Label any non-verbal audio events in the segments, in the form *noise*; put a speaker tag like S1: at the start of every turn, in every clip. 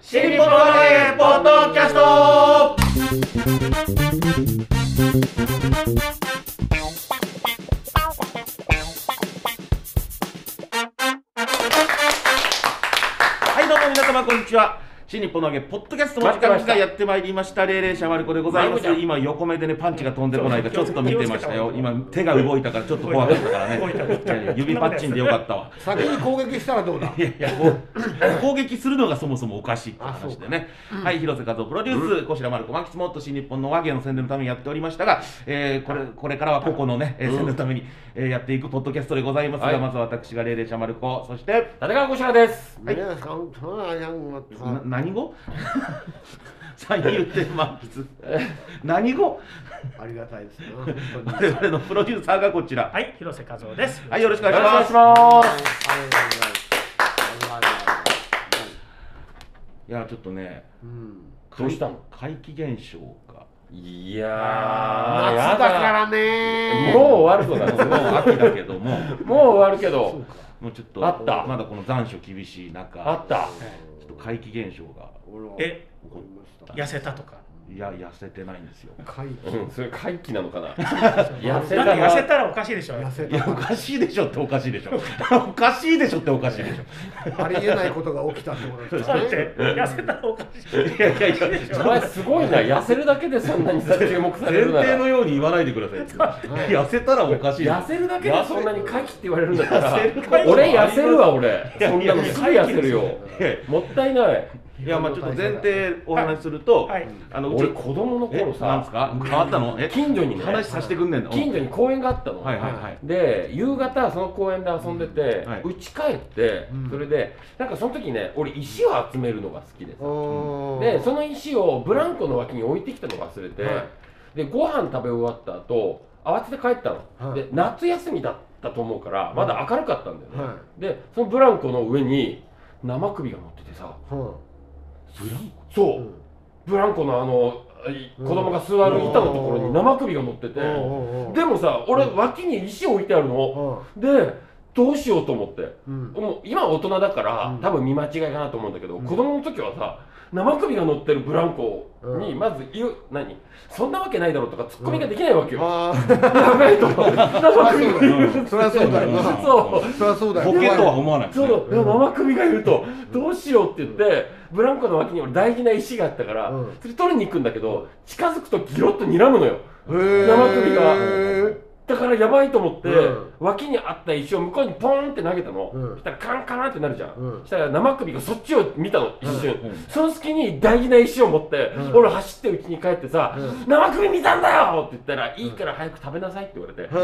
S1: 新日本の若いポッドキャストはいどうも皆様こんにちは新日本の揚げポッドキャストの時間がやってまいりました霊霊者まる子でございます
S2: まる子ちゃん
S1: 今横目でねパンチが飛んでこないかち
S2: そ
S1: ょ
S2: う
S1: っ
S2: そう
S1: と見てましたよ
S2: 気をつけた
S1: 今手が動いたからちょっと怖かったから
S2: 動いた動いた
S1: ね指パッチンでよかったわ
S3: 先に攻撃したらどうだ
S1: いやいやこう攻撃するのがそもそもおかしいって話でね、はい広瀬和夫プロデュース、こしらまる子マキスモット新日本の和芸の宣伝のためにやっておりましたが、えーこれこれからは個々のね、えー宣伝のために、えーやっていくポッドキャストでございますが、
S2: はい
S1: まずは私が霊霊者まる子そして
S2: 立川こしらです。
S1: はい
S3: ねえそんそんなやんまった
S1: な何語 *laughs* さあ言ってマキス何語
S3: ありがたいですな
S1: *laughs*
S3: 本当に
S1: 我々のプロデューサーがこちら
S4: はい、広瀬和夫です。
S1: はいよろしくお
S2: よろしく
S1: 願
S2: お願
S1: い
S2: い
S1: します
S2: しま
S3: ありがとうございます
S1: いやちょっとね
S3: うん
S2: どうしたの
S1: 怪奇現象が
S2: す。いやー、
S3: 夏だからね
S2: もう終わるぞだ
S1: もう
S2: ろ
S1: 秋だけども
S2: もう終わるけど、
S1: もうちょっと
S2: あった
S1: まだこの残暑厳しい中
S2: あった。
S1: ちょっと怪奇現象が
S4: え、
S1: 起こっ
S4: 痩せたとか。
S1: いや痩せてないんですよ
S3: 回
S2: うん、それ回帰なのかな。
S4: だ
S2: 痩
S4: って
S2: せたな
S4: 痩せたらおかしいでしょ。
S3: 痩せ
S1: いやおかしいでしょっておかしいでしょおかしいでしょっておかしいでしょ
S3: たありえないことが起きたってことです
S4: だ
S2: *laughs*
S3: ね
S4: って痩せたらおかしい。
S1: いやいやいや
S2: お前すごいな、痩せるだけでそんなにさ注目されるなら。
S1: ように言わないでください
S3: い
S1: 痩せたらおかしい
S2: 痩せるだけでそんなに回帰って言われるんだった
S1: 痩せる回
S2: ら、
S1: 帰
S2: 俺痩せるわ、俺。
S1: いや
S2: そんなの
S1: いや
S2: すぐ痩せるよ。
S1: いやい
S2: もったいない。
S1: やまあちょっと前提お話しすると、
S4: はいはい
S1: あのうち
S2: 俺、子供の
S1: え
S2: 頃
S1: なんです
S2: さ、
S1: か変わったのえ
S2: 近所にね、
S1: 話させてくんねんの
S2: 近所に公園があったの。
S1: はいはいはい
S2: で夕方その公園で遊んでて、
S1: はい
S2: 家帰って、
S3: うん
S2: それでなんかその時ね俺石を集めるのが好きでさ
S3: おー
S2: でその石をブランコの脇に置いてきたの忘れて、
S3: はい
S2: でご飯食べ終わった後慌てて帰ったの、
S3: はい
S2: で夏休みだったと思うからまだ明るかったんだよね、
S3: は
S2: でそのブランコの上に生首が乗っててさ
S3: いは
S1: ブラン
S2: そう
S3: い、う、ん
S2: ブランコのあのい
S3: うん
S2: 子供が座る板のところに生首が乗ってて、
S3: おーおーおー
S2: でもさ俺脇に石置いてあるの、
S3: は
S2: でどうしようと思って
S3: いうん
S2: もう今は大人だから、
S3: うん
S2: 多分見間違いかなと思うんだけど、
S3: うん
S2: 子供の時はさ生首が乗ってるブランコに
S3: うん
S2: まず言う、何そんなわけないだろうとかツッコミができないわけよ、
S3: あー
S2: *laughs* やべえと生首がいる
S3: そりゃそうだよな
S2: *laughs* そう
S3: *laughs* そりゃそうだよ
S1: ボケとは思わないです
S2: そ
S1: ね
S2: ういや生首がいるとどうしようって言ってブランコの脇に俺大事な石があったから、
S3: うん
S2: それ取りに行くんだけど近づくとギロッと睨むのよ
S3: へー
S2: 生首がだからやばいと思って、
S3: うん
S2: 脇にあった石を向こうにポーンって投げたの、
S3: うん
S2: そしたらカンカンってなるじゃん、
S3: うん
S2: そしたら生首がそっちを見たの一瞬、
S1: うん
S2: その隙に大事な石を持って、
S3: うん
S2: 俺走ってうちに帰ってさ、
S3: うん
S2: 生首見たんだよって言ったら、いいから早く食べなさいって言われて、
S3: へー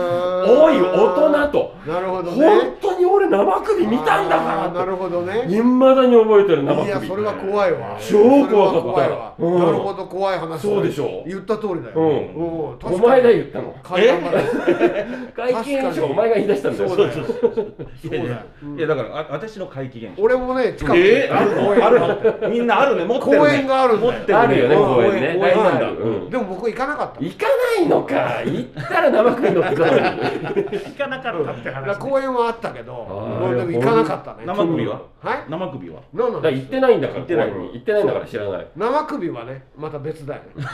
S2: おい大人と、
S3: なるほどね
S2: 本当に俺生首見たんだ
S3: あー
S2: から
S3: なるほど
S2: っ
S3: ね
S2: ていまだに覚えてる生首
S3: いやそれは怖いわ
S2: 超怖かった
S3: それは怖いわ
S2: うん
S3: なるほど怖い話だ
S2: そうでしょ
S3: 言った通りだ
S2: う
S3: よ
S2: ん
S3: お
S2: お前が言ったの
S3: 階段話
S2: 外見現象お前が言い出したんだよ
S3: そうだよ
S1: いやいやいやだからあ私の怪奇現象
S3: 俺もね近く
S1: えー、ある
S3: 公園
S1: のあるのみんなあるね持ってるね
S3: 公園があるんだよ
S1: 持ってるね
S2: あるよね
S1: うん
S2: 公園ね
S1: 公園なんだ、
S2: 大事なんだうん
S3: でも僕行かなかった
S2: 行かないのか行ったら生首乗ってたのに
S4: 行かなかったって
S3: だか
S4: 話、
S3: ら公園はあったけど
S2: あー
S3: うんでも行かなかったね
S1: 生首は
S3: はい
S1: 生首は
S3: な
S2: だ
S3: んなん
S2: から
S3: で
S2: 行
S3: す
S2: ってないんだから
S1: 行ってない
S2: 公園に行ってないんだから知らない
S3: 生首はねまた
S2: *laughs*
S3: 別だよねうん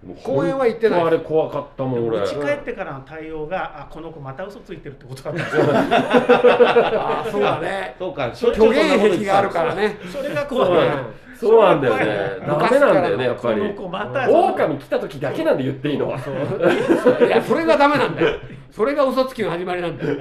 S2: もう
S3: 公園は行ってない
S2: 本当あれ怖かったもん俺
S4: 家帰ってからの対応が、あこの子また嘘ついてるってことだったんです
S3: あーそうだね
S1: そうかしょっちゅう
S3: 虚
S1: そんな
S3: 言
S1: こと言ってたん
S3: 癖があるからね
S4: よそれが
S2: そう
S4: 怖い。
S2: なんそうなんだよねダメなんだよねやっ
S4: こ
S2: ぱり
S4: の子また
S2: 狼来た時だけなんで言っていいのは
S3: いやそれがダメなんだよそれが嘘つきの始まりなんだよ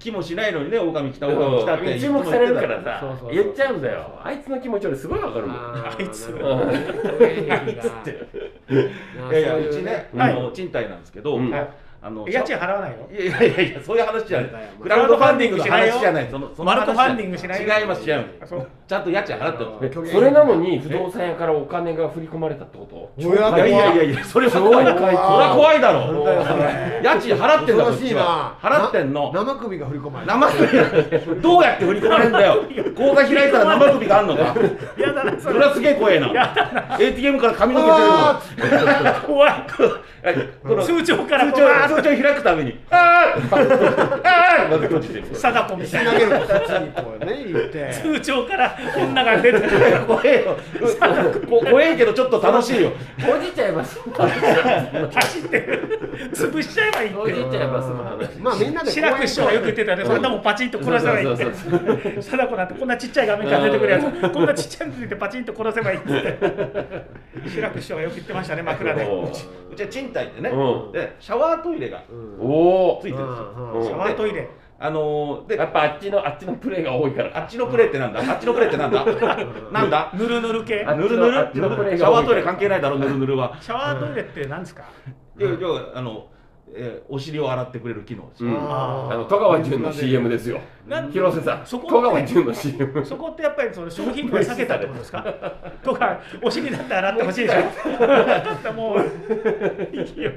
S1: 気もしないのにね狼来た狼来たって
S2: 注目されるから
S3: そうそ
S2: さ
S3: うそう
S2: 言っちゃうんだよあいつの気持ち俺すごいわかるもん
S3: あー
S4: *laughs* あいつ
S3: なるほどね
S2: あいつって
S3: な
S1: や
S3: い
S1: いや
S3: そういう
S1: ちね、
S2: は
S1: あ
S2: い
S1: の賃貸なんですけど、
S2: うん
S4: はい
S1: あの
S4: 家賃払わないよ。
S1: いやいやいやいやそういう話じゃないクラウドファンディングの話じゃないそのその話
S4: マルコファンディングしないよ
S1: 違います違いま
S4: あ
S1: す
S4: そう
S1: ちゃんと家賃払ってます
S3: え
S2: えそれなのに不動産屋からお金が振り込まれたってこと
S3: 親
S1: いやいやいやいやそれは
S2: 超
S1: 怖いそれ
S2: 怖い
S1: は怖いだろ
S3: 本当よそれ
S1: 家賃払ってんだこっ
S3: 恐ろし
S1: ち
S3: い
S1: は
S3: な
S1: 払ってんの
S3: 生首が振り込まれる
S1: 生首どうやって振り込まれるんだよ口座開いたら生首があんのか
S4: やだな、そ
S1: そ
S4: れ
S1: れ。はすげえ怖えな ATM から髪の毛出るの
S3: あ
S4: 怖い。
S1: はいこの通
S4: 通帳から
S1: 帳
S4: 怖い。
S1: 通帳開くためにあーあーまず閉じてる
S4: 貞子みたいな。
S3: 投げるとそっちにこうね言って
S4: 通帳からこんなが出てくる
S1: 怖えよこ怖えけどちょっと楽しいよ
S2: ほじっちゃいます。
S4: 走ってる潰しちゃえばいい
S2: ほじっちゃいますの話。
S3: まあみんなで
S4: 志らく師匠がよく言ってたね、そんなもんパチンと殺せばいいって
S2: そうそう
S4: 貞子なんてこんなちっちゃい画面から出てくるやつこんなちっちゃいのについてパチンと殺せばいいって志らく師匠がよく言ってましたね枕で
S2: お
S4: シ
S2: ー
S1: うちは賃貸でね、
S2: うん
S1: でシャワートイレが
S3: うん
S2: お
S1: ついてるんですよ、
S3: うんうん
S4: ャワートイレ
S1: あのー
S2: お。や
S1: で
S2: っぱあっちのあっちのプレーが多いから。
S1: あっちのプレーってなんだあっちのプレーってなんだなんだ
S4: ぬるぬる系
S2: あ
S1: ぬるぬる
S2: あ
S1: っ
S2: ってち
S1: シャ
S2: のプレーが多い
S1: ワートイレ関係ないだろぬるぬるは
S4: シャワートイレって何ですか
S1: で要はあの、えーお尻を洗ってくれる機能、
S2: うん。
S4: あ
S2: あの戸川純の CM ですよ。
S4: なん
S2: 広瀬さん。
S4: そこ
S2: 戸川純の CM。
S4: そこってやっぱりその商品名避けたってことですか
S2: *laughs*
S4: とかお尻だって洗ってほしいでしょ *laughs* だってもういいよ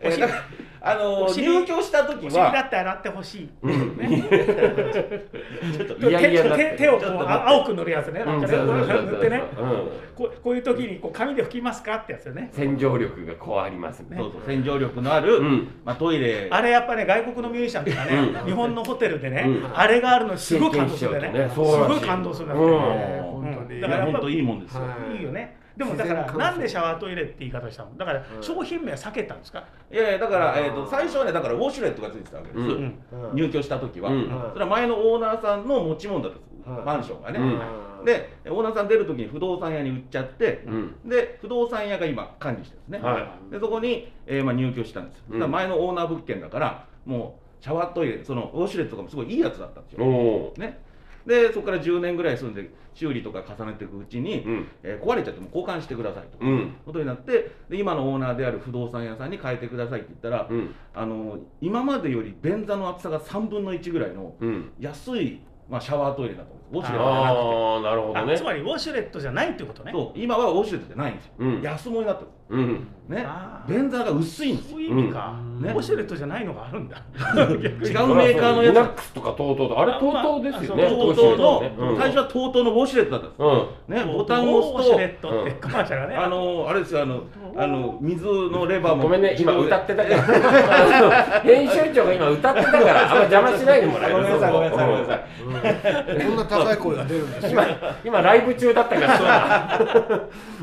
S1: えーだからあの
S4: お
S1: ー
S4: 尻
S1: 入居した時
S4: お尻だ
S1: は
S4: って洗ってほしい
S2: うん。
S1: ちょっと
S2: いやいやだって
S4: 手手手をこ
S1: ちょっと
S4: う
S1: 待って
S4: あ青く塗るやつねなんかね
S2: うん
S4: こう塗ってね
S2: うん
S4: こうこういう時にこう紙で拭きますかってやつよね
S2: 洗浄力がこうありますね
S1: そうそう洗浄力のある、
S2: うん
S1: まあ、トイレ
S4: あれやっぱね外国のミュージシャンとかね、
S2: うん
S4: 日本のホテルでね、
S2: うん
S4: あれがあるのすごい感動するんだよ
S2: 経
S4: ね
S2: 験しちゃうとね
S4: す
S2: そうらしい
S4: ごい感動するんだ
S3: ね
S4: よね、
S1: うん
S3: 本当に
S1: だか
S4: だかららやっぱ
S1: 本当いいもんですよ、
S3: はいん
S4: いよねでも
S3: 自
S4: だ
S3: 然
S4: か
S3: 感
S4: ら
S3: 想
S4: なんでシャワートイレって言い方したのだから
S3: うん
S4: 商品名は避けたんですか、
S1: いやいやだから、えー、
S3: あ
S1: と
S3: ー
S1: 最初はねだからウォシュレットがついてたわけです、
S2: う
S4: うん
S2: ん
S3: うん
S1: 入居した時は、
S2: うん
S1: それは前のオーナーさんの持ち物だったんです、
S3: はい
S1: マンションがね、
S3: うん
S1: でオーナーさん出る時に不動産屋に売っちゃって、
S2: うん
S1: で不動産屋が今管理してるんですね、
S2: は
S1: でそこに、えーまあ、入居したんですよ、
S2: うん
S1: だから前のオーナー物件だからもうシャワートイレそのウォシュレットとかもすごいいいやつだったんです
S2: お
S1: よ、
S2: お
S1: ね、でそこから10年ぐらい住んで修理とか重ねていくうちに、
S2: うん
S1: えー壊れちゃっても交換してくださいとか、
S2: うん
S1: ことになってで今のオーナーである不動産屋さんに変えてくださいって言ったら、
S2: うん
S1: あの今までより便座の厚さが3分の1ぐらいの
S2: うん
S1: 安い、まあ、シャワートイレだと思うウォシュレットじゃなくて
S2: ああなるほど
S4: あ
S2: ね
S4: つまりウォシュレットじゃないってことね
S1: そう今はウォシュレットじゃないんですよ、
S2: うん
S1: 安物になってる
S2: うん
S1: ね
S4: あー
S1: 便座が薄いんですよ
S4: そういう意味か、
S3: うん
S1: ね
S4: ウォシュレットじゃないのがあるんだ *laughs*
S1: 違うメーカーのやつ
S2: リナックスとか TOTO とあれ TOTO ですよね
S4: あまあ
S1: TOTO
S2: う
S1: の
S2: ん
S1: 最初は TOTO のウォシュレットだったんです
S2: うん
S1: ね、ボタンを
S4: ウォシュレ
S1: 押す
S4: ットってコマーシャルがね、
S1: と、あのあれですよ、あの、あの水のレバーも。
S2: ごめんね、今
S1: 自動で
S2: 歌ってたから。編集長が今歌ってたから、あんま邪魔しないでもらえる
S1: ごめんなさい
S2: そこ
S1: ごめんなさいごめんなさい
S3: うんこんな高い声が出るんですよ
S2: 今、今ライブ中だったから、 *laughs*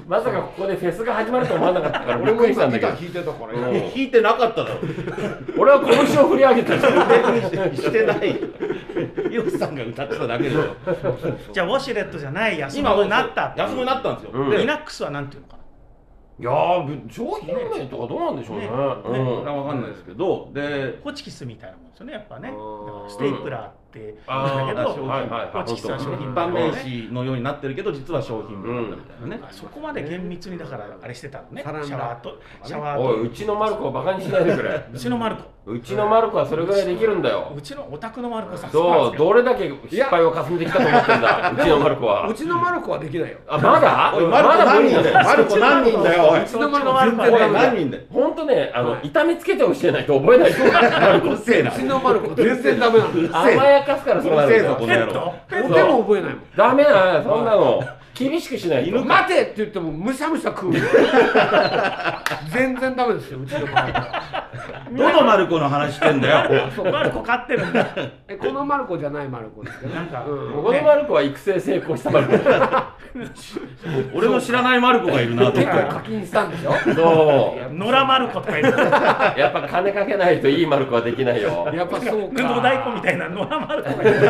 S2: まさかここでフェスが始まると思わなかったから、び
S3: 俺
S2: っ
S3: も
S2: くりし
S3: 今
S2: たんだ
S3: ギ
S2: け
S3: タ
S2: ど
S3: ー。弾いてたから
S2: うん
S3: 今
S1: 弾いてなかっただろ。 *laughs*
S2: 俺は拳を振り上げた。
S1: してないよ。ヨウさんが歌ってただけでし
S4: *laughs*
S1: ょ。
S4: じゃあウォシュレットじゃない安
S1: 今
S4: 物になったって
S1: 安物になったんですよ。
S2: うん
S1: で
S4: リナックスはなんていうのかない
S2: やー、商品名とかどうなんでしょうね。
S4: ね
S1: それ
S2: うん
S1: はわかんないですけど、で、
S4: ホチキスみたいなもんですよねやっぱね
S3: あー
S4: だからステイプラーって言うん
S2: あー
S4: だけ
S1: 商
S4: ど
S1: 品
S2: はいはいはい
S4: ホチキスは商
S1: 一
S4: 品
S1: 般
S4: 名
S1: 名詞のようになってるけど、実は商品名だったみたいなね
S4: あ。そこまで厳密にだからあれしてたのねシ
S3: サ
S4: ャ
S3: ランラ
S4: ワーとシャワ
S2: お
S4: ー
S2: い、うちのマルコをバカにしないでくれ。
S4: とうちのマルコ
S2: うちのマルコはそれぐらいできるんだよ
S4: う。ちのお宅のマルコさん
S2: そう、
S4: う
S2: どれだけ失敗を重ねてきたと思ってんだ、うちのマルコは
S3: *laughs* う。ちのマルコはできないよ
S2: あ、まだ
S1: おい、マルコ
S2: まだ無
S1: 何
S2: 理
S1: 人
S2: な
S1: だ
S2: ん
S1: よ。マ
S2: だ
S1: ルコ何人だよ、おい。
S3: うちのマルコは全
S1: おい
S3: 然ダ
S1: 何
S3: メだよ
S1: 人だよ。
S2: 本当ね、あの、痛めつけて教えないと覚えないと思
S1: う
S2: う。
S1: るせえな。
S3: うちのマルコ全然ダメなんだよ
S2: 甘やかすからそうな
S1: うる
S2: る
S1: せえぞこ
S2: ん
S1: の
S2: だ
S1: 野
S2: よ。
S1: 郎
S4: ペットペ
S3: で
S4: ッ
S2: そう
S3: も覚えないもん
S2: ダメだ、そんなの。厳しくしないと。
S3: 待てって言ってもむしゃむしゃ食うよ全然ダメですようちのマルコ
S1: どのマルコの話してんだ
S2: *laughs*
S1: よ。
S4: トマルコ飼ってるんだ
S3: えこのマルコじゃないマルコですけど
S4: なんか
S3: うん
S2: このマルコは育成成功したマルコ。
S1: *laughs* 俺の知らないマルコがいるなと
S3: 結
S1: 思って
S3: 構課金したんでしょ
S2: そう。
S4: 野良マルコとかいる
S2: やっぱ金かけないといいマルコはできないよ。
S3: やっぱそう
S4: 布
S3: か
S4: 太鼓みたいな野良マルコがいる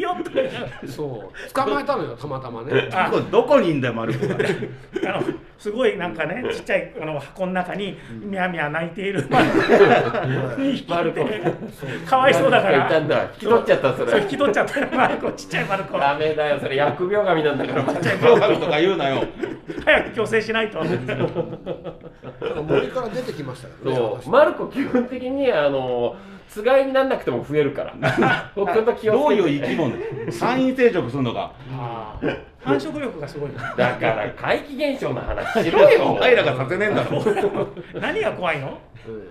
S4: よっとかいる
S3: そう捕まえたのよたまたまね
S4: あ
S1: どこどこにいんだよ、マルコが。
S4: あのすごいなんかねちっちゃいあの箱の中にミャーミャー泣いているマルコ *laughs* に
S2: マルコ。
S4: かわいそうだか
S2: マルコいた
S4: ら
S2: んだ。引き取っちゃった、そ
S4: それ
S2: れ
S4: 引。き取っちゃったよマルコちっちゃいマルコ
S2: ダメだよ、それ疫病神なんだ
S4: *laughs*
S2: から。
S1: ちっちゃいマルコとか言うなよ。
S4: 早く矯正しないと
S3: 森から出てきましたからね
S2: そう。
S3: 私
S2: マルコ基本的に、あの、つがいになんなくても増える
S4: *laughs*
S2: から。僕の気
S1: *laughs* ど
S2: を
S1: う
S2: つけて
S1: いう生き物三陰定食するのか。
S4: 繁殖力がすごいな
S2: だから怪奇現象の話しろよ
S1: お。前らがさせねえんだろ。
S4: 何が怖いの
S3: うん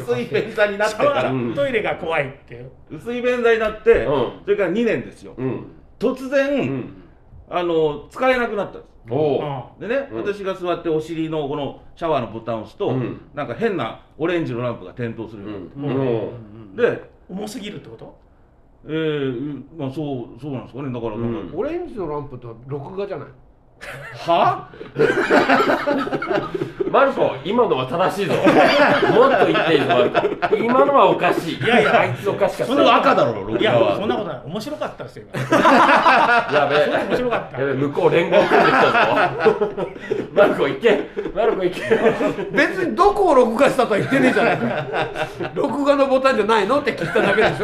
S1: 薄い便座になっ
S4: シ
S1: て
S4: ャ
S1: か
S4: ワ
S1: ら、
S4: ートイレが怖いっていう
S1: 薄い便座になって、
S2: うん
S1: それから2年ですよ、
S2: うん。
S1: 突然、
S2: うん。
S1: あの使えなくなったんで
S2: お
S4: う
S2: お。
S4: ん
S1: すでね、
S2: うん
S1: 私が座ってお尻のこのシャワーのボタンを押すと、
S2: うん
S1: なんか変なオレンジのランプが点灯するようになって、
S2: うん。
S1: で
S4: 重すぎるってこと
S1: えー、まあそうそうなんですかねだからなんか、
S4: うん
S3: オレンジのランプとは録画じゃない
S1: は
S2: マルコ、今のは正しいぞ。もっと言っていいぞ、マルコ。今のはおかしい。い
S4: やいや
S2: あいつおかしかった。
S1: それは赤だろ録
S4: い
S1: 画
S4: や、そ
S1: は
S4: んなことない。面白かったですよ。今
S2: やべえ。
S4: 面白かった
S2: やべえ、向こう連合組んできたぞ。マルコ、行け。マルコ、行け。
S3: 別にどこを録画したとは言ってねえじゃないか録画のボタンじゃないのって聞いただけでし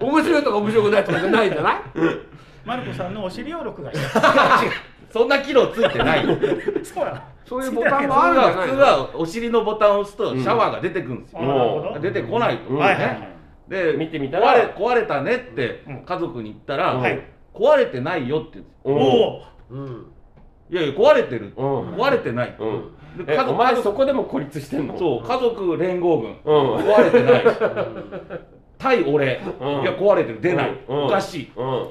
S3: ょ面白いとか面白くないとかじゃないんじゃない
S4: マルコさんのお尻を録画した。
S1: *laughs* そんな機能ついてない普
S4: そうなの。
S3: そういうボタンもあるんじゃ
S1: は
S3: ない
S1: 普通
S3: の
S1: はお尻のボタンを押すとシャワーが出てくるんですよ、
S4: あなるほど
S1: 出てこないと、
S2: うん
S1: ね
S4: はいはいはい
S1: で
S2: 見てみたら
S1: 壊れ壊れたねって
S4: うん
S1: 家族に言ったら、
S2: はい
S1: 壊れてないよって言うんですよ
S2: お
S4: おお。
S3: うん
S1: いやいや壊れてる、
S2: うん
S1: 壊れてない、
S2: うん。
S1: で
S2: え、
S1: 家族
S2: お前
S1: 家族
S2: そこでも孤立してんの
S1: そう家族連合軍、
S2: うん
S1: 壊れてない対俺、
S2: うん
S1: いや壊れてる出ない、
S2: うん
S1: おかし
S2: うん。
S1: い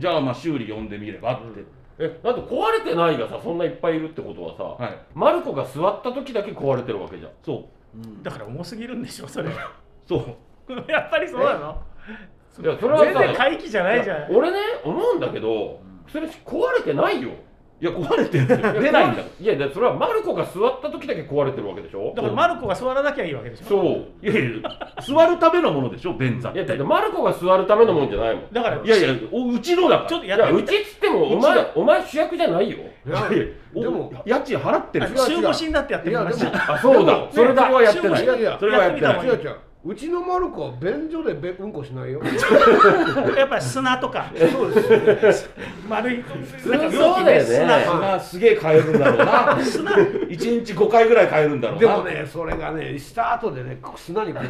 S1: じゃあまあ修理呼んでみればって、
S2: え、なんで壊れてないがさ、そんないっぱいいるってことはさ、
S1: はい
S2: マルコが座った時だけ壊れてるわけじゃん。
S1: そう
S4: だから重すぎるんでしょ、それ。
S1: そう
S4: やっぱりそうなの。
S2: いや、それは
S4: 全然怪奇じゃないじゃん。
S2: 俺ね、思うんだけど、それ壊れてないよ。
S1: いや壊れてるんですよ
S2: や
S1: *laughs* 出ないんだ
S2: 壊 *laughs* れいや、でそれはマルコが座った時だけ壊れてるわけでしょ
S4: だからマルコが座らなきゃいいわけでしょ。
S2: そう。
S1: いやいや座るためのものでしょ便座っ
S2: いや、だっててマルコが座るためのもんじゃないもん。
S4: だから、
S1: いやいやおうちのだから
S4: ちょっと
S2: い
S4: や
S2: や、
S4: っ
S2: う
S4: て
S2: ちっつっても、お
S1: うち
S2: 前、お前主役じゃないよ。
S3: いや
S1: いやいやお
S3: でも
S1: 家賃払ってる
S4: み
S1: し
S4: て。週越しになってやって
S3: い
S4: み
S3: や
S4: ま
S3: で
S4: し
S3: も
S4: た。
S2: あ、そうだ。それだ。
S1: はやってない
S3: いやいや
S1: それはやってない
S4: やってみた方がいい
S3: 違う違ううちのマルコは便所でべうんこし
S4: *laughs*
S3: ないよ
S4: やっぱり砂とか、
S3: そうですよ
S4: 丸い、なんか
S2: そうだよね
S4: 砂。
S1: 砂すげえ買えるんだろう *laughs* な1日5回ぐらい買えるんだろうな
S3: でもねそれがねした後でね砂にこう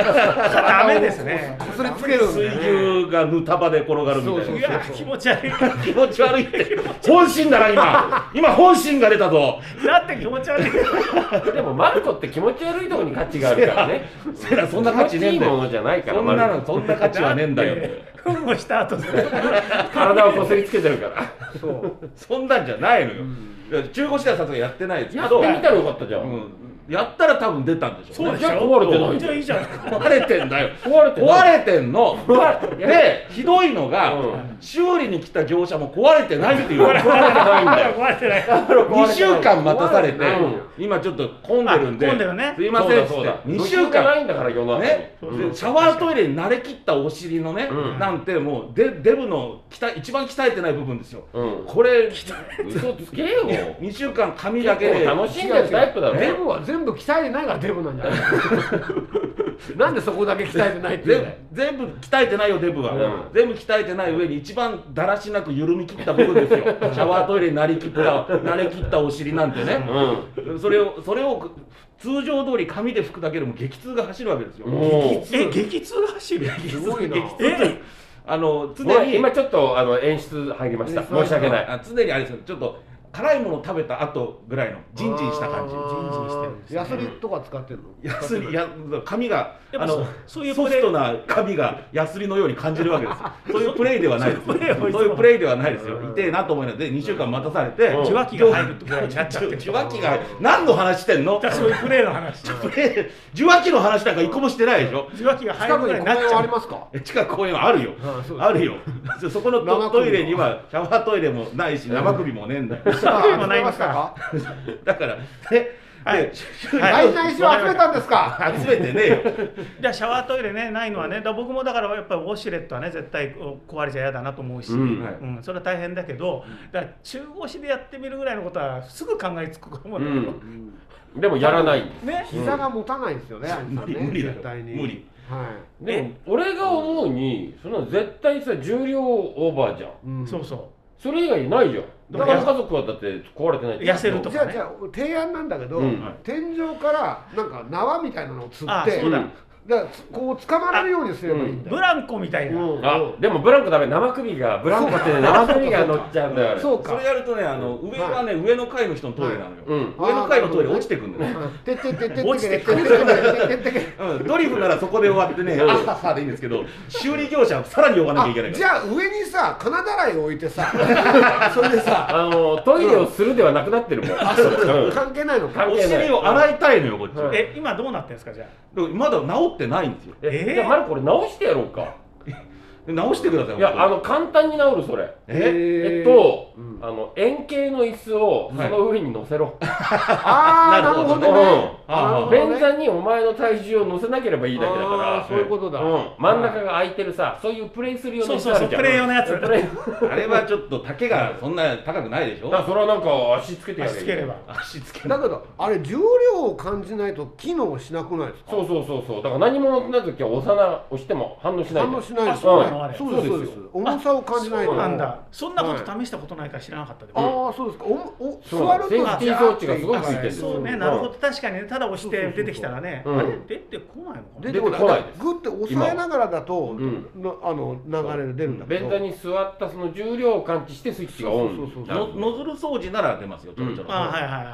S4: ダメですね。
S3: こすりつけるん
S1: 水
S3: だよね
S1: 牛がぬたばで転がるみたいな
S3: そう
S4: いや、気持ち悪い。だ
S1: 気持ち悪いって本心だな今今本心が出たぞ
S4: って気持ち悪い。
S2: でもマルコって気持ち悪いとこに価値があるからね。
S1: セ *laughs* ラそんな価値ねえんだ
S2: 気持ちいいも
S1: よ
S2: のじゃないから、
S1: そんな
S2: マル
S1: の
S2: コ
S1: そんな価値はねえんだよ
S4: ふんをした後で。
S2: 体をこすりつけてるから。
S3: そう
S1: そんなんじゃないのよ、いや中古市ではさすがにやってないですけ
S2: やっ
S1: ど
S2: てみたらよかったじゃ。
S1: うんんやったら多分出たんでしょうね
S4: そうでし
S2: じゃあ壊
S4: ょ。
S2: れてない
S4: じゃあいいじゃん。
S1: 壊れてんだよ
S2: 壊れてない
S1: 壊れてんの
S2: 壊れ
S1: でひどいのが、
S2: うん
S1: 修理に来た業者も壊れてないっていう2
S2: ないんだよ。
S4: 壊れてない。
S1: 週間待たされて
S2: 壊れてない
S1: 今ちょっと混んでるんで
S4: あ混んでるね
S1: すいませんっつって
S2: そうだそうだ
S1: 2
S2: ど
S1: 週
S2: こがな
S1: 間
S2: いんだから、世の中に
S1: ね、
S2: うん
S1: でシャワートイレに慣れきったお尻のね、
S2: うん
S1: なんてもうデデブの鍛え一番鍛えてない部分ですよ、
S2: うん
S1: これ
S2: 嘘つけよ。
S1: 2週間髪だけで
S2: 結構楽しんでるタイプだろ
S1: 違う違
S3: デ
S1: うね
S3: ブは全部鍛えてないからデブなんじゃ
S4: *laughs*
S3: ないなんでそこだけ鍛えてないっていうんだよ
S1: ぜ全部鍛えてないよデブは、
S2: うん
S1: 全部鍛えてない上に一番だらしなく緩み切った部分ですよシャワートイレになりきった慣れきったお尻なんてね、
S2: うん。
S1: それをそれを通常通り髪で拭くだけでも激痛が走るわけですよ、
S2: もう
S4: え、激痛が走る。
S3: すごいな
S4: え、
S1: あの常
S2: ごめん
S1: に
S2: 今ちょっとあの演出入りました。申し訳ない。
S1: あ常にあれですよちょっと辛いものを食べた後ぐらいのジンジンした感じ
S3: あー
S4: ジンジンしてるんですね
S3: ヤスリとか使ってるの
S1: ヤスリや髪が
S4: でも
S1: あの
S4: そういうプ
S1: ソ
S4: レー
S1: フトな髪がヤスリのように感じるわけですよそういうプレイではないです
S4: そういうプレーをいつも
S1: そういうプレイではないですよ痛えなと思いながらで2週間待たされて
S2: うん
S4: 受話器が入るってぐらいになっちゃってる。
S1: 受話器が何の話してんの
S4: だからそういうプレーの話。
S1: プレイ受話器の話なんか一個もしてないでしょ
S4: 受話器が入
S3: 近
S4: る
S3: く
S4: ぐ
S3: に
S4: ら
S3: 公
S4: いになっち
S3: 園は
S4: ゃ
S3: あ
S4: う
S3: り。ますか
S1: 近く公園はあるよ
S3: あそうです
S1: あるよそそこのト
S3: 生首も
S1: トイレにはシャワートイレもないし生首もねえんだよ
S4: 近くにもないん
S3: ま
S4: で
S3: し
S4: す
S3: た
S4: か
S3: か
S1: だからね
S4: はい
S1: で
S4: はい
S3: 大体石を集めたんですか
S1: 集めてねえよ
S4: じゃあシャワートイレねないのはね、だから僕もだからやっぱりウォシュレットはね絶対こう壊れちゃ嫌だなと思うし、
S2: う
S4: うんん
S1: はい
S4: それは大変だけど、だから中腰でやってみるぐらいのことはすぐ考えつくと思
S2: う
S4: うんだけど、
S2: ん。でもやらない。
S4: ね、
S3: 膝が持たないんですよね、兄さんね
S1: 無理無理だよ
S3: 絶対に
S1: 無理
S3: は
S2: でも俺が思うに、その絶対さ重量オーバーじゃん。
S3: い、うん
S4: そうそ
S2: それ以外ないじゃん。だか
S4: だからら
S2: 家族はだって壊れてない。
S4: 痩せると
S3: じ
S4: か
S3: ゃあ
S4: ね
S3: じゃあ提案なんだけど、
S2: うん
S3: 天井からなんか縄みたいなのを釣っ
S4: あ
S3: て
S4: そうだ
S2: うん
S3: だからつこう捕まられるようにすればいいんだ
S4: ブ
S3: よ、
S4: ランコみたいな、
S3: うん
S2: あ、でもブランコダメ。生首がブランコってね生首が乗っちゃうんだよあれ。
S3: そ
S1: そ
S3: うか
S1: れやるとねあの上はね上の階の人のトイレなのよ
S2: うん。
S1: 上の階のトイレ落ちてくんだよ
S3: てってってって
S4: 落ちてく
S3: てってってって
S1: うんドリフならそこで終わってね、
S2: うん
S1: あははでいいんですけど、修理業者はさらに呼ばなきゃいけない
S3: あ
S1: か
S3: じ
S1: ら。
S3: ゃあ上にさ金だらいを置いてさそれでさ
S2: あのトイレをするではなくなってるもん。うん
S3: 関係ないのか
S2: 関
S1: お
S2: 係ない
S1: 尻を洗いたいのよ、こっち
S2: う
S1: は。
S2: ん
S4: え今どうなってんですかじゃあ
S1: でもまだ治ってないんですよ。
S2: え
S4: えー
S2: じゃあマルコこれ直してやろうか。
S1: で直してください
S2: いやあ
S1: 本
S2: の簡単に治るそれ
S1: 当にえ
S2: え
S3: え
S2: っと、
S3: うん
S2: あの円形の椅子を
S1: はい
S2: その上に乗せろ、
S3: あーなるほどね
S1: なるほどね
S2: 便座にお前の体重を乗せなければいいだけだ
S3: あー
S2: か
S3: そういうことだ
S2: ら、うん、真ん中が空いてるさそういうプレイするような
S4: そう
S2: 椅子あ
S4: そうそ
S2: る
S4: う
S2: じ
S4: プ
S2: ゃん
S4: レイ用のやつ
S2: プレイ
S1: あれはちょっと丈がそんな高くないでし
S2: だから
S1: ょ
S2: それはなんか足つけてや
S4: 足つければ
S1: 足つけな
S3: だけどあれ重量を感じないと機能しなくないですか
S2: そうそうそうそうだから何も乗ってない時は押さな押しても反応しない
S3: 反応
S2: し
S3: しないです
S2: あそうな
S3: よね
S4: のあれ
S3: そうですそうです
S1: そう
S3: 重さを感じない
S4: そ
S3: と
S4: うなんだそんなこと試したことないから知らなかったでも、
S3: ああそうですかおお
S2: そうな
S3: 座
S2: ん
S3: る
S2: で
S3: と
S2: すセーフティー装置がすごい
S3: あ
S2: ついてる
S4: そうねなるほど確かにねただ押して出てきたらね、
S2: うん
S4: あれ出てこないのかな
S3: 出てこ
S2: 出てこな
S3: ないい
S2: です
S3: グッて押さえながらだと、
S2: うん
S3: のあの流れで出るんだけ
S2: 便
S3: ど
S2: 座に座ったその重量を感知してスイッチがオン
S3: そうそうそうそう
S1: のノズル掃除なら出ますよちょろちょろ、
S4: あはいはいはい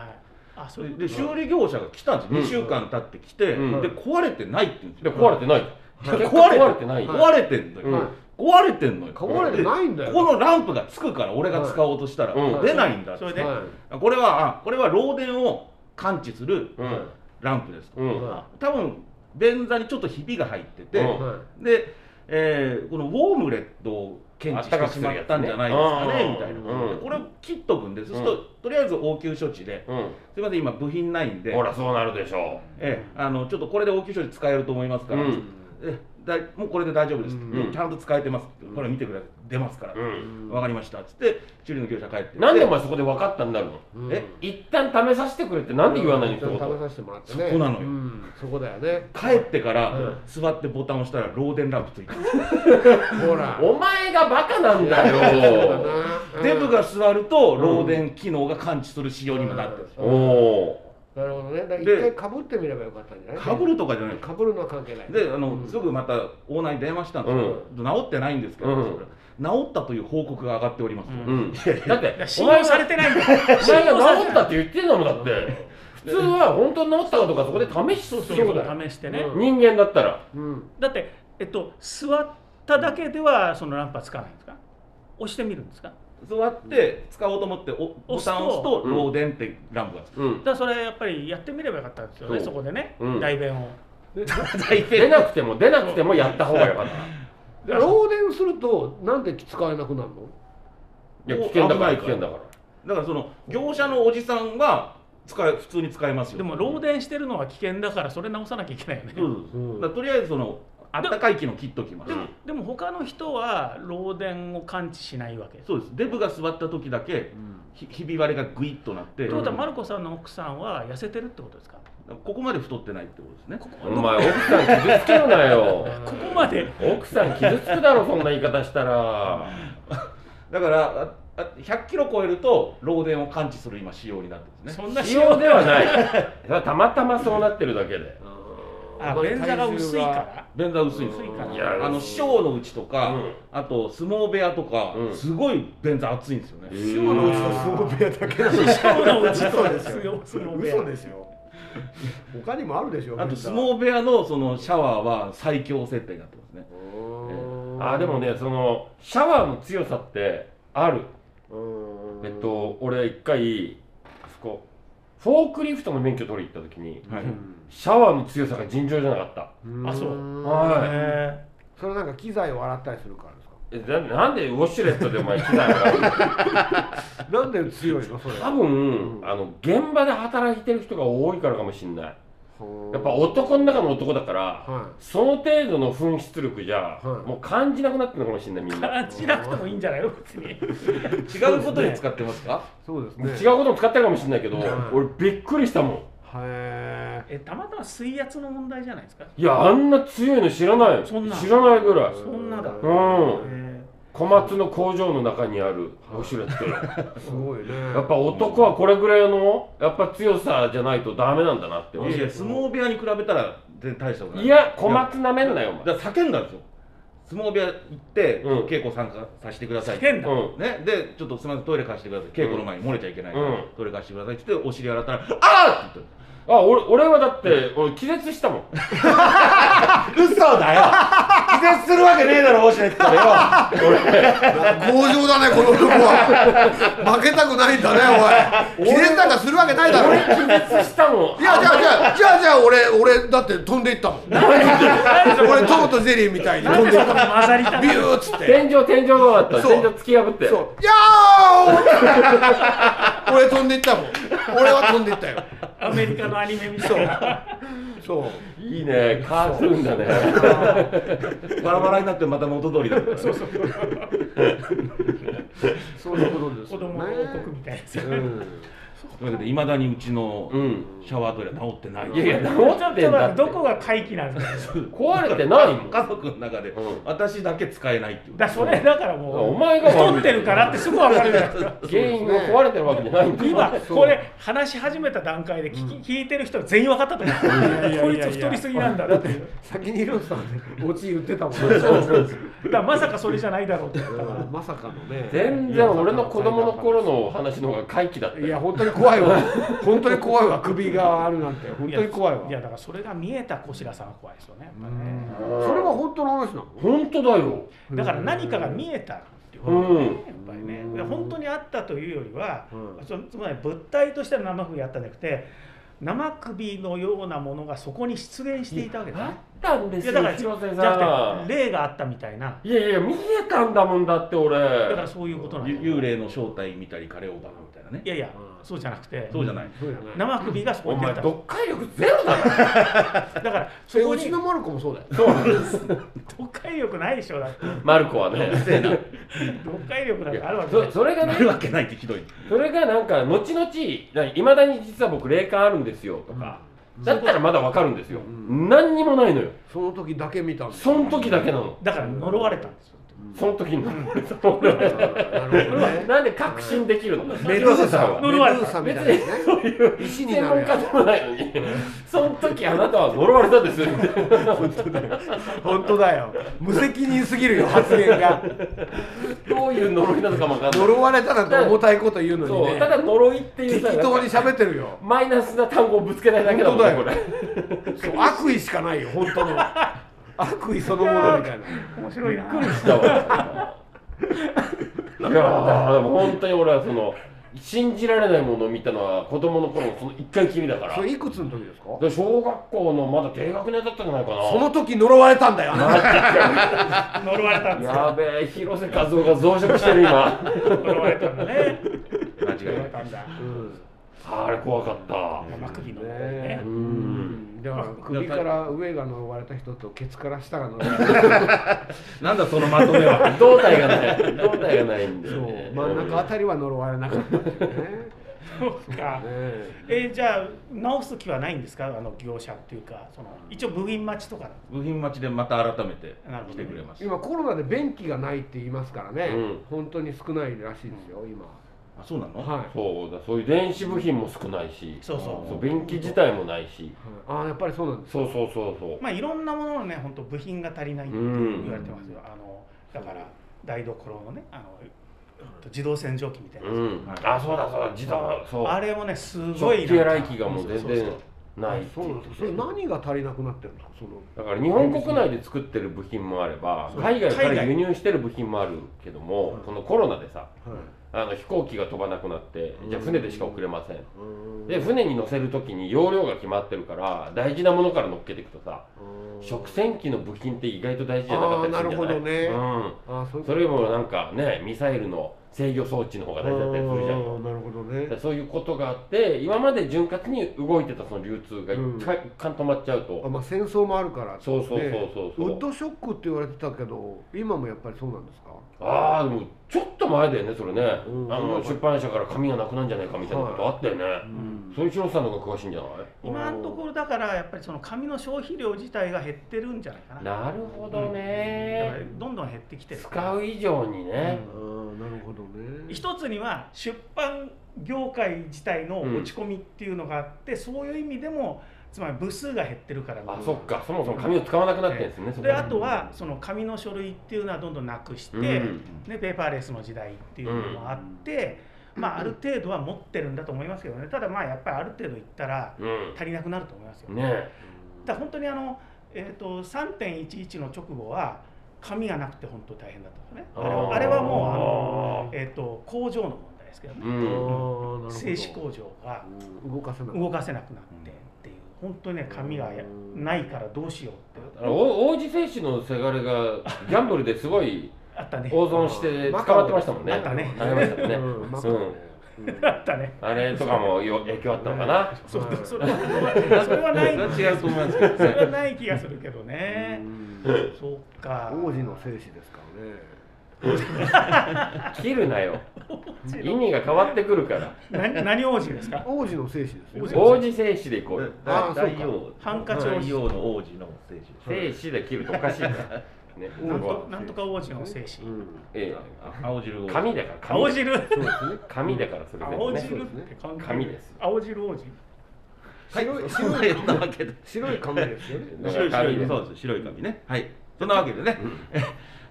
S4: あそういうこと
S1: で修理業者が来たんですよ、
S2: う
S1: 2週
S2: ん
S1: 間経って来て、
S2: うん
S1: で壊れてないって言うんです
S2: で
S1: よ、
S2: 壊れてない
S1: いや
S2: 結果
S1: 壊れ
S2: 壊れてない
S1: 壊れてんのよ、
S2: うん
S1: 壊れてんのよ
S3: 壊れてないんだよ
S1: でこのランプがつくから俺が使おうとしたら、
S2: うん
S1: 出ないんだって、
S4: それで
S3: はい
S1: これはあこれは漏電を感知する
S2: うん
S1: ランプですと、
S2: うん
S3: は
S1: 多分便座にちょっとひびが入ってて、
S2: うん
S3: いはい
S1: で、えーこのウォームレットを検知してしまったんじゃないですかねみたいなことで
S2: うん
S1: これを切っとくんです、そうするととりあえず応急処置で
S2: うん
S1: すいません今部品ないんで
S2: ほらそうなるでしょ
S1: ええ、あのちょっとこれで応急処置使えると思いますから、
S2: うん
S1: えだいもうこれで大丈夫です、
S3: うん
S1: もうちゃんと使えてます、これ見てください出ますから、
S2: う、うん、
S1: わかりましたっつって修理の業者帰って
S2: なんでお前そこで分かったんだろう
S3: うん
S1: え
S2: 一旦試させてくれってなんで言わないの
S3: ち
S2: 一
S3: ょっと食
S2: 言
S3: べさせてもらってね
S1: そこなのよ
S3: うんそこだよね
S1: 帰ってから、
S3: うん
S1: 座ってボタンを押したら漏電ランプついてる、
S3: ほら
S2: お前がバカなんだ
S3: そうだ
S4: *laughs*
S2: よ
S3: なうん
S1: デブが座ると漏電機能が感知する仕様にもなってるんですよ
S2: おお
S3: なるほどねだから
S1: で
S3: 一回かぶってみればよかったんじゃない
S1: かぶるとかじゃない
S3: かぶるのは関係ない
S1: であの、
S3: うん
S1: すぐまたオーナーに電話したんですけど、治ってないんですけど、
S2: うん
S1: 治ったという報告が上がっております、
S4: うん
S2: ーうんだって
S4: いや
S2: お
S4: 信
S2: 前
S4: 用
S2: が
S4: されてないんだよ
S2: お前が治ったって言ってんだもんだって
S4: *laughs*
S2: 普通は本当に治ったかとかそこで試し
S4: そう
S2: す
S4: そ
S2: るよだ
S4: う試してね、
S3: う
S2: 人間だったら
S3: うん
S4: だってえっと座っただけではそのランプはつかないんですか押してみるんですか
S1: 座って使おうと思っておボタンを押すと
S2: うん
S1: 漏電ってランプがつく、
S2: うん
S4: だからそれやっぱりやってみればよかったんですよね
S2: そう
S4: そこでね、
S2: うん
S4: 代弁を
S1: 大変
S2: 出なくても出なくてもやった方がよか
S4: *laughs*
S2: った
S3: で漏電するとなんで使えなくなるの
S2: いや危険だから危
S1: 危な
S2: 険
S1: いから
S2: だから
S1: だからその業者のおじさんが使え普通に使えますよ
S4: でも漏電してるのは危険だからそれ直さなきゃいけないよね、
S1: うん
S3: うん
S1: だからとりあえずそのあったかい機能切っときます
S4: でもでも他の人は漏電を感知しないわけです。
S1: そうですデブが座った時だけひひび割れがグイッとなって
S4: ということは
S1: こ
S4: マルコさんの奥さんは痩せてるってことですか
S1: こまで太ってないってことですね
S4: ここ
S2: お前奥さん傷つけるなよ
S4: ここまで
S2: 奥さん傷つくだろそんな言い方したら
S1: だからああ100キロ超えると漏電を感知する今仕様になってるんですね
S4: そんな
S2: 必
S4: 仕
S2: 要
S4: 様
S2: ではないそれはたまたまそうなってるだけで
S4: あ便座が薄いから
S1: 便座薄いんです
S4: 薄いから
S2: い
S1: よ
S2: や
S1: あの師匠のうちとか、
S2: うん
S1: あと相撲部屋とか、
S2: うん
S1: すごい便座熱いんですよね、
S2: え
S5: 塩のうちと相撲部屋だけな
S4: *laughs*
S5: のに
S4: 師匠のうち
S5: 嘘
S4: とか
S5: ですよ
S4: 相撲部屋
S5: 嘘ですよ他にもあるでしょ
S1: あと相撲部屋のそのシャワーは最強設定になってますね
S3: *laughs*
S2: あでもねそのシャワーの強さってあるえっと俺一回あそこフォークリフトの免許取り行った時に
S1: はい
S2: シャワーの強さが尋常じゃなかった
S4: あそう
S2: はい
S4: へ
S3: それなんか機材を洗ったりするからです
S2: えななんでウォシュレットでお前機材が
S3: かなんで強いのそれ
S2: 多分あの現場で働いてる人が多いからかもしんないやっぱ
S3: は
S2: 男の中の男だから
S3: は
S2: その程度の噴出力じゃ
S3: はい
S2: もう感じなくなってるのかもしんないみん
S4: ー
S2: な
S4: 感じなくてもいいんじゃないの別に
S1: 違うことに使ってますか
S3: いそうですね
S2: 違うことも使ってるかもしんないけど
S3: はい
S2: 俺びっくりしたもん
S3: へえ
S4: えたまたま水圧の問題じゃないですか
S2: いやあんな強いの知らない
S4: そんな
S2: 知らないぐらい
S4: そんなだ
S2: うん
S4: へ
S2: 小松の工場の中にあるウォシュレットよ
S3: すごいね
S2: やっぱ男はこれぐらいのやっぱ強さじゃないとダメなんだなって思う
S1: いやいや相撲部屋に比べたら全然大したことない
S2: いや小松なめんなよお前
S1: だから叫んだんですよ相撲部屋行って、
S2: うん
S1: 稽古参加させてください
S4: 叫んだ
S2: うん
S1: ね、でちょっとすみませんトイレ貸してください稽古の前に漏れちゃいけないから、
S2: うん
S1: トイレ貸してくださいって言ってお尻洗ったら「あーって
S3: *laughs*
S2: あ俺俺はだって俺気絶したもん
S1: 言った嘘だよ気絶するわけねえだろウォシュレットでよ
S3: 強情だねこの男は *laughs* 負けたくないんだね
S4: *laughs*
S3: おい気絶なんかするわけないだろい
S2: 俺気絶したの
S3: やじゃあじゃあ
S4: *laughs*
S3: じゃあじゃあ俺俺だって飛んでいったもん俺トムとゼリーみたいに飛んでいったもん
S4: 混ざりた
S3: ビューっつって
S2: 天井天井どうだった
S3: そう
S2: 天井突き破って
S3: そういやー俺飛んでいったもん俺は飛んでいったよ
S4: アメリカのアニメみたいな
S3: そう
S2: いいねカートゥーンだね
S1: バラバラになってまた元通りだそうそう
S3: そういうことです
S4: 子
S3: よ
S4: 供の王国みたいなやつ
S3: うん
S1: というわけでいまだにうちの
S2: うん
S1: シャワートイレは治ってない
S2: いやいや治ってんだって
S4: どこが回帰なんですか
S2: 壊れてないもん
S1: 家族の中で
S2: うん
S1: 私だけ使えないっていう
S4: だそれだから
S2: お
S4: もう
S2: 前が
S4: 太ってるからってすぐ分かるじゃないですか
S2: 原因が壊れてるわけじゃないんだ
S4: 今これ話し始めた段階で聞き、聞いてる人は全員分かったと思うこいつ太りすぎなんだなっていう
S3: 先にいるんさんオチ言ってたもんね
S4: だからまさかそれじゃないだろうって
S3: うんまさかのね
S2: 全然俺の子供の頃の話の方が怪奇だった
S3: いや本当に怖いわ本当に怖いわ首があるなんて本当に怖いわ
S4: いやだからそれが見えた小白さんは怖いですよねやっぱ
S3: うん
S4: ね
S3: それは本当の話なの
S2: 本当だよ
S4: だから何かが見えたっていうこ
S2: う
S4: とね
S2: ん
S4: やっぱりねで本当にあったというよりは、
S3: う
S4: そつまり物体としての生首あったんじゃなくて生首のようなものがそこに出現していたわけだ
S2: あ
S4: ね
S2: ったんです
S4: いや
S2: よ
S4: だからじゃ
S2: 広瀬
S4: な
S2: さ
S4: く
S2: ん
S4: て霊があったみたいない
S2: やいや見えたんだもんだって俺
S4: だからそういうことなんだ
S1: ゆ幽霊の正体見たりカレーオバみたいなね
S4: いやいや、そうじゃなくて、
S1: そうじゃない、
S3: そうじゃない
S4: 生首がそこ
S2: お
S4: にあ
S2: 前
S4: った。
S2: 読解力ゼロだな
S4: だから、そ
S3: それ
S4: こ
S3: う
S4: に
S3: ちのマルコもそうだよ
S4: 読解力ないでしょ、だって。
S2: マルコはね
S4: 読解力なんかあるわけない
S2: そ。それがね
S1: なるわけないってひどい
S2: それがなんか後々いまだに実は僕霊感あるんですよとか、だったらまだわかるんですよ、
S3: うん
S2: 何にもないのよ
S3: その時だけ見たんだ
S2: その時だけなの
S4: だから、呪われたんですよ。
S2: その時に
S3: なるほどね
S2: *laughs* なんで確信できるの
S3: メルーサ
S2: は
S3: メルーサみたいなね石に
S2: 専
S3: な
S2: 門
S3: る
S2: 家
S3: や
S2: でもないのにその時あなたは呪われたんです
S3: つ本当だよ無責任すぎるよ発言が
S2: *laughs* どういう呪いなのかもわかんない
S3: 呪われたなんて重たいこと言うのに
S2: そうた
S3: ね
S2: だ呪いっていう
S3: 適
S2: さ
S3: 当
S2: な
S3: に
S2: んか
S3: 喋ってるよ
S2: マイナスな単語をぶつけないだけだもんねこ
S3: 本当だ
S2: れ
S3: そう悪意しかないよ本当の悪意そのものみたいな
S4: 面白いな。
S3: *laughs*
S2: したわいやーでも本当に俺はその信じられないものを見たのは子供の頃のその一回きりだから
S3: それいくつの時ですか
S2: で小学校のまだ低学年だったんじゃないかな
S3: その時呪われたんだよあなた
S4: 呪われたんです
S2: や
S4: よ。
S2: べえ広瀬和夫が増殖してる
S3: *laughs*
S2: 今
S4: 呪われたんだね。
S1: 間違い
S4: 呪わ
S1: な
S4: れ
S1: い
S4: たんだ。
S2: あれ怖かった
S4: 生首の呪い
S3: ね
S4: ね
S2: う。ん
S3: だから首から上が呪われた人とケツから下が呪われた
S1: なんだそのまとめは
S2: 胴体がない胴体がないんだよ
S3: 人
S2: ね
S3: 真ん中あたりは呪われなかったっていうね
S4: そうか。
S3: ね
S4: えー、じゃあ直す気はないんですかあの業者っていうかその一応部員待ちとか
S1: 部品待ちでまた改めて来てくれました、
S3: 今コロナで便器がないって言いますからね、
S2: うん
S3: 本当に少ないらしいですよ今
S1: あそうなの、
S3: はい、
S2: そうだそういう電子部品も少ないし
S4: そうそ
S2: そう便器自体もないし
S3: ああやっぱりそうなんです
S2: そうそうそうそう
S4: うまあいろんなもののね本当部品が足りないって
S2: うん
S4: 言われてますよ、あのだから台所のねあの自動洗浄機みたいなやつ、
S2: うん、あそうだそうだ自動そう
S4: あれもねすごい
S2: 食
S4: な
S2: 器洗い機がもう全
S4: そうそ
S2: 然
S4: う
S2: ないって
S3: そう
S2: い
S3: な
S2: うん
S3: ですそれ何が足りなくなってるんですかその
S2: だから日本国内で作ってる部品もあれば海外から輸入してる部品もあるけどもこのコロナでさ
S3: はい
S2: あの飛行機が飛ばなくなってじゃあ船でしか送れません
S3: うーん
S2: で船に乗せる時に容量が決まってるから大事なものから乗っけていくとさ
S3: うーん
S2: 食洗機の部品って意外と大事じゃなかったりするんじゃない
S3: あーなるほ
S2: うん
S3: あーそういう
S2: それよりもなんかねミサイルの制御装置の方が大事だったりするじゃん
S3: あーなるほどね
S2: でそういうことがあって今まで潤滑に動いてたその流通が
S3: うん
S2: 一回一貫止まっちゃうと、
S3: あまあ戦争もあるから
S2: そうそうそう
S3: ね
S2: そう
S3: ウ
S2: そう、
S3: ッドショックって言われてたけど今もやっぱりそうなんですか
S2: ああでもちょっと前だよねそれね、
S3: うん
S2: あの出版社から紙がなくなんじゃないかみたいなことあったよね、
S3: ん
S2: そういう広瀬さんの方が詳しいんじゃない、
S4: 今のところだからやっぱりその紙の消費量自体が減ってるんじゃないかな
S2: なるほど
S4: だから
S2: ね、
S4: どんどん減ってきてる
S2: 使う以上にね
S3: あ、ーなるほどね
S4: 一つには出版業界自体の落ち込みっていうのがあって、そういう意味でもつまり部数が減ってるから
S2: あそっかそもそも紙を使わなくなってんですね、そこ
S4: であとはその紙の書類っていうのはどんどんなくして、
S2: うん
S4: ね、ペーパーレスの時代っていうのもあって、まあ、ある程度は持ってるんだと思いますけどねただまあやっぱりある程度いったら
S2: う
S4: 足りなくなると思いますよ、
S2: んね
S4: だから本当にあのえー、と3.11の直後は紙がなくて本当大変だったんですねあれ
S2: あー
S4: はあれはもうあの、えー、と工場の問題ですけどね、
S2: うん
S5: あー
S4: 製紙工場が
S5: うん動かせない
S4: 動かせなくなってっていう本当にね紙がやないからどうしようって
S2: あのお王子選手のせがれがギャンブルですごい
S4: あったね
S2: 大損して捕まってましたもんね。
S4: あったね
S2: ありましたもんね。
S5: うんまあ
S2: うん
S4: *laughs* あったね
S2: あれとかもよ影響あったのかな。
S4: そう
S5: はい
S4: それはそれはない
S1: それは違うと思いますけど
S4: それ
S1: ね
S4: はない気がするけどね
S5: うん
S4: そっか
S5: 王子の精子ですからね
S2: 切るなよ。意味が変わってくるから。
S4: な何王子ですか
S5: 王子の精子ですよ
S4: 王子
S2: 王子選手でいこうよ。
S5: あーそうか
S1: 大王
S4: ハンカチ王子
S1: 大王の王子の聖子
S2: 選手で切るとおかしいから。ね。
S5: 王子
S4: なん
S5: の
S4: となんとか王子の精
S5: う
S4: 神
S5: ん
S2: え
S1: あ青汁王
S2: え。
S1: 子
S2: 紙だから。紙
S4: 青。汁
S5: そうですね
S2: 紙だからそれ
S4: 青
S2: で、ね。
S4: 汁って関係
S2: 紙です
S4: 青汁王子
S5: 白い
S1: そんなようなわけで
S5: 白い髪ですよね
S2: だか
S1: 白い
S2: ら
S1: 白
S2: 紙
S1: い
S2: で
S1: そうです白い紙ねはいそんなわけでね、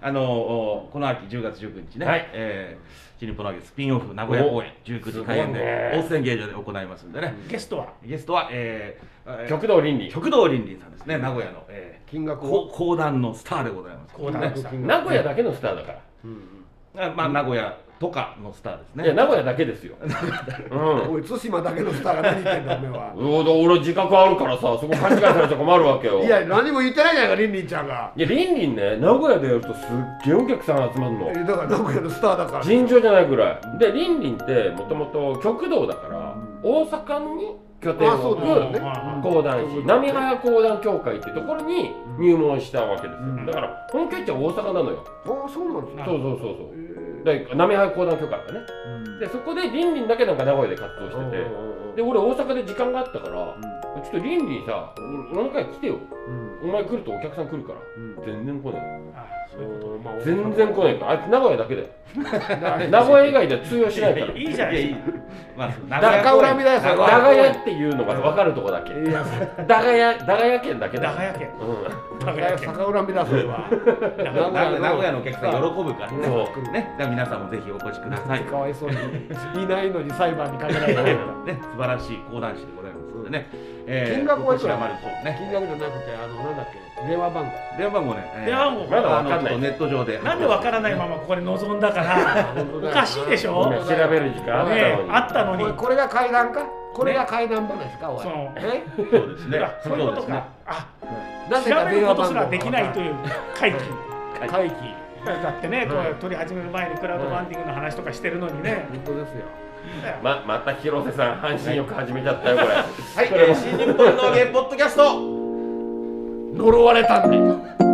S1: あのおこの秋10月19日ね、
S2: はい
S1: えー、新日本の秋スピンオフ名古屋公演19時開演
S2: すごいね
S1: で温泉芸場で行いますんでね、
S4: ゲストは
S1: ゲストは、えー、
S2: 極道倫理。
S1: 極道倫理さんですね名古屋の、え
S5: 金
S1: ー、
S5: 額
S1: こ
S5: を
S1: 講談のスターでございます
S4: 講談さん
S2: 名古屋だけのスターだから。
S5: うん
S1: あまあ名古屋とかのスターですね
S2: いや名古屋だけですよ。うん。
S5: おい対馬だけのスターが何言ってんだおめえは
S2: うおだ俺自覚あるからさそこ勘違いされちゃ困るわけよ
S5: いや何も言ってないじゃないかリンリンちゃんが
S2: いやりんりんね名古屋でやるとすっげえお客さん集まるの
S5: えだから名古屋のスターだから
S2: 尋常じゃないぐらいでりんりんってもともと極道だから大阪に拠点を置
S5: あそうだよ
S2: く
S5: ね
S4: ま
S2: 講談師浪速講談協会ってところに入門したわけです
S5: う
S2: よ
S5: ん
S2: だから本拠地は大阪なのよ
S5: ああそうなんですね
S4: な
S2: そ
S4: る
S2: うそうそう
S5: え
S2: そう
S5: ー
S2: で浪速講談協会だね
S5: うん
S2: でそこでりんりんだけなんか名古屋で活動しててで
S5: で
S2: 俺大阪で時間があったから
S5: うん
S2: ちょっとりんりんさ何回来てよ
S5: うん
S2: お前来るとお客さん来るから
S5: うん
S2: 全然来ない
S4: ああそういうこ
S5: まあ
S2: 全然来
S5: *laughs*
S2: ないからあいつ名古屋だけだよ
S5: だ
S2: 名古屋以外では通用しないから
S4: といいじゃない
S1: い
S4: ですか
S1: やいいまあ名古屋
S5: 中
S1: 公
S5: 恨み
S1: 演
S5: だよそれ
S2: ダ
S5: は
S2: ガヤっていうのが分かるとこだけ
S5: いやそ
S2: ダガヤダガヤ県だけだ
S4: 長屋県
S2: う
S4: 長
S5: れ
S4: 屋
S5: は
S4: 県
S5: 逆恨みだそれは
S1: 名古屋名古屋のお客さん喜ぶからね
S2: そう
S1: ねだから皆さんもぜひお越しください
S5: かわいそうにいないのに裁判にかけられた
S1: ね素晴らしい講談師でございますのでね、えー
S5: 金額はい
S1: こ
S5: く
S1: ち
S5: ら
S1: らまでそうです
S5: 金
S1: ね
S5: 額じゃなくてあのなんだっけ電話番号
S1: 電話番号ね、えー
S4: 電話番号
S2: まだわかんない
S1: あのちょっとネット上で
S4: なんでわからないままここに臨んだ *laughs* からおかしいでしょ
S2: ん今調べる時間あっ
S4: ねえあったた
S5: こ
S4: のに
S5: れこれが階段かこれが階段話かおい
S4: その
S5: え
S1: そうですね
S4: あそういうことかあ
S5: なぜ
S4: 調
S5: か
S4: べ
S5: 電
S4: る
S5: 話
S4: こと
S5: 番
S4: す
S5: 号
S4: らできないと
S5: う
S4: いう回帰
S5: 会議
S4: だってね、こ
S5: はいう
S4: 取り始める前にクラウドファンディングの話とかしてるのにね、
S5: 本当ですよ
S2: のにままた広瀬さん阪神よく始めちゃったよこれ
S1: はい、えー、新日本の芸ポッドキャスト
S5: 呪われたんで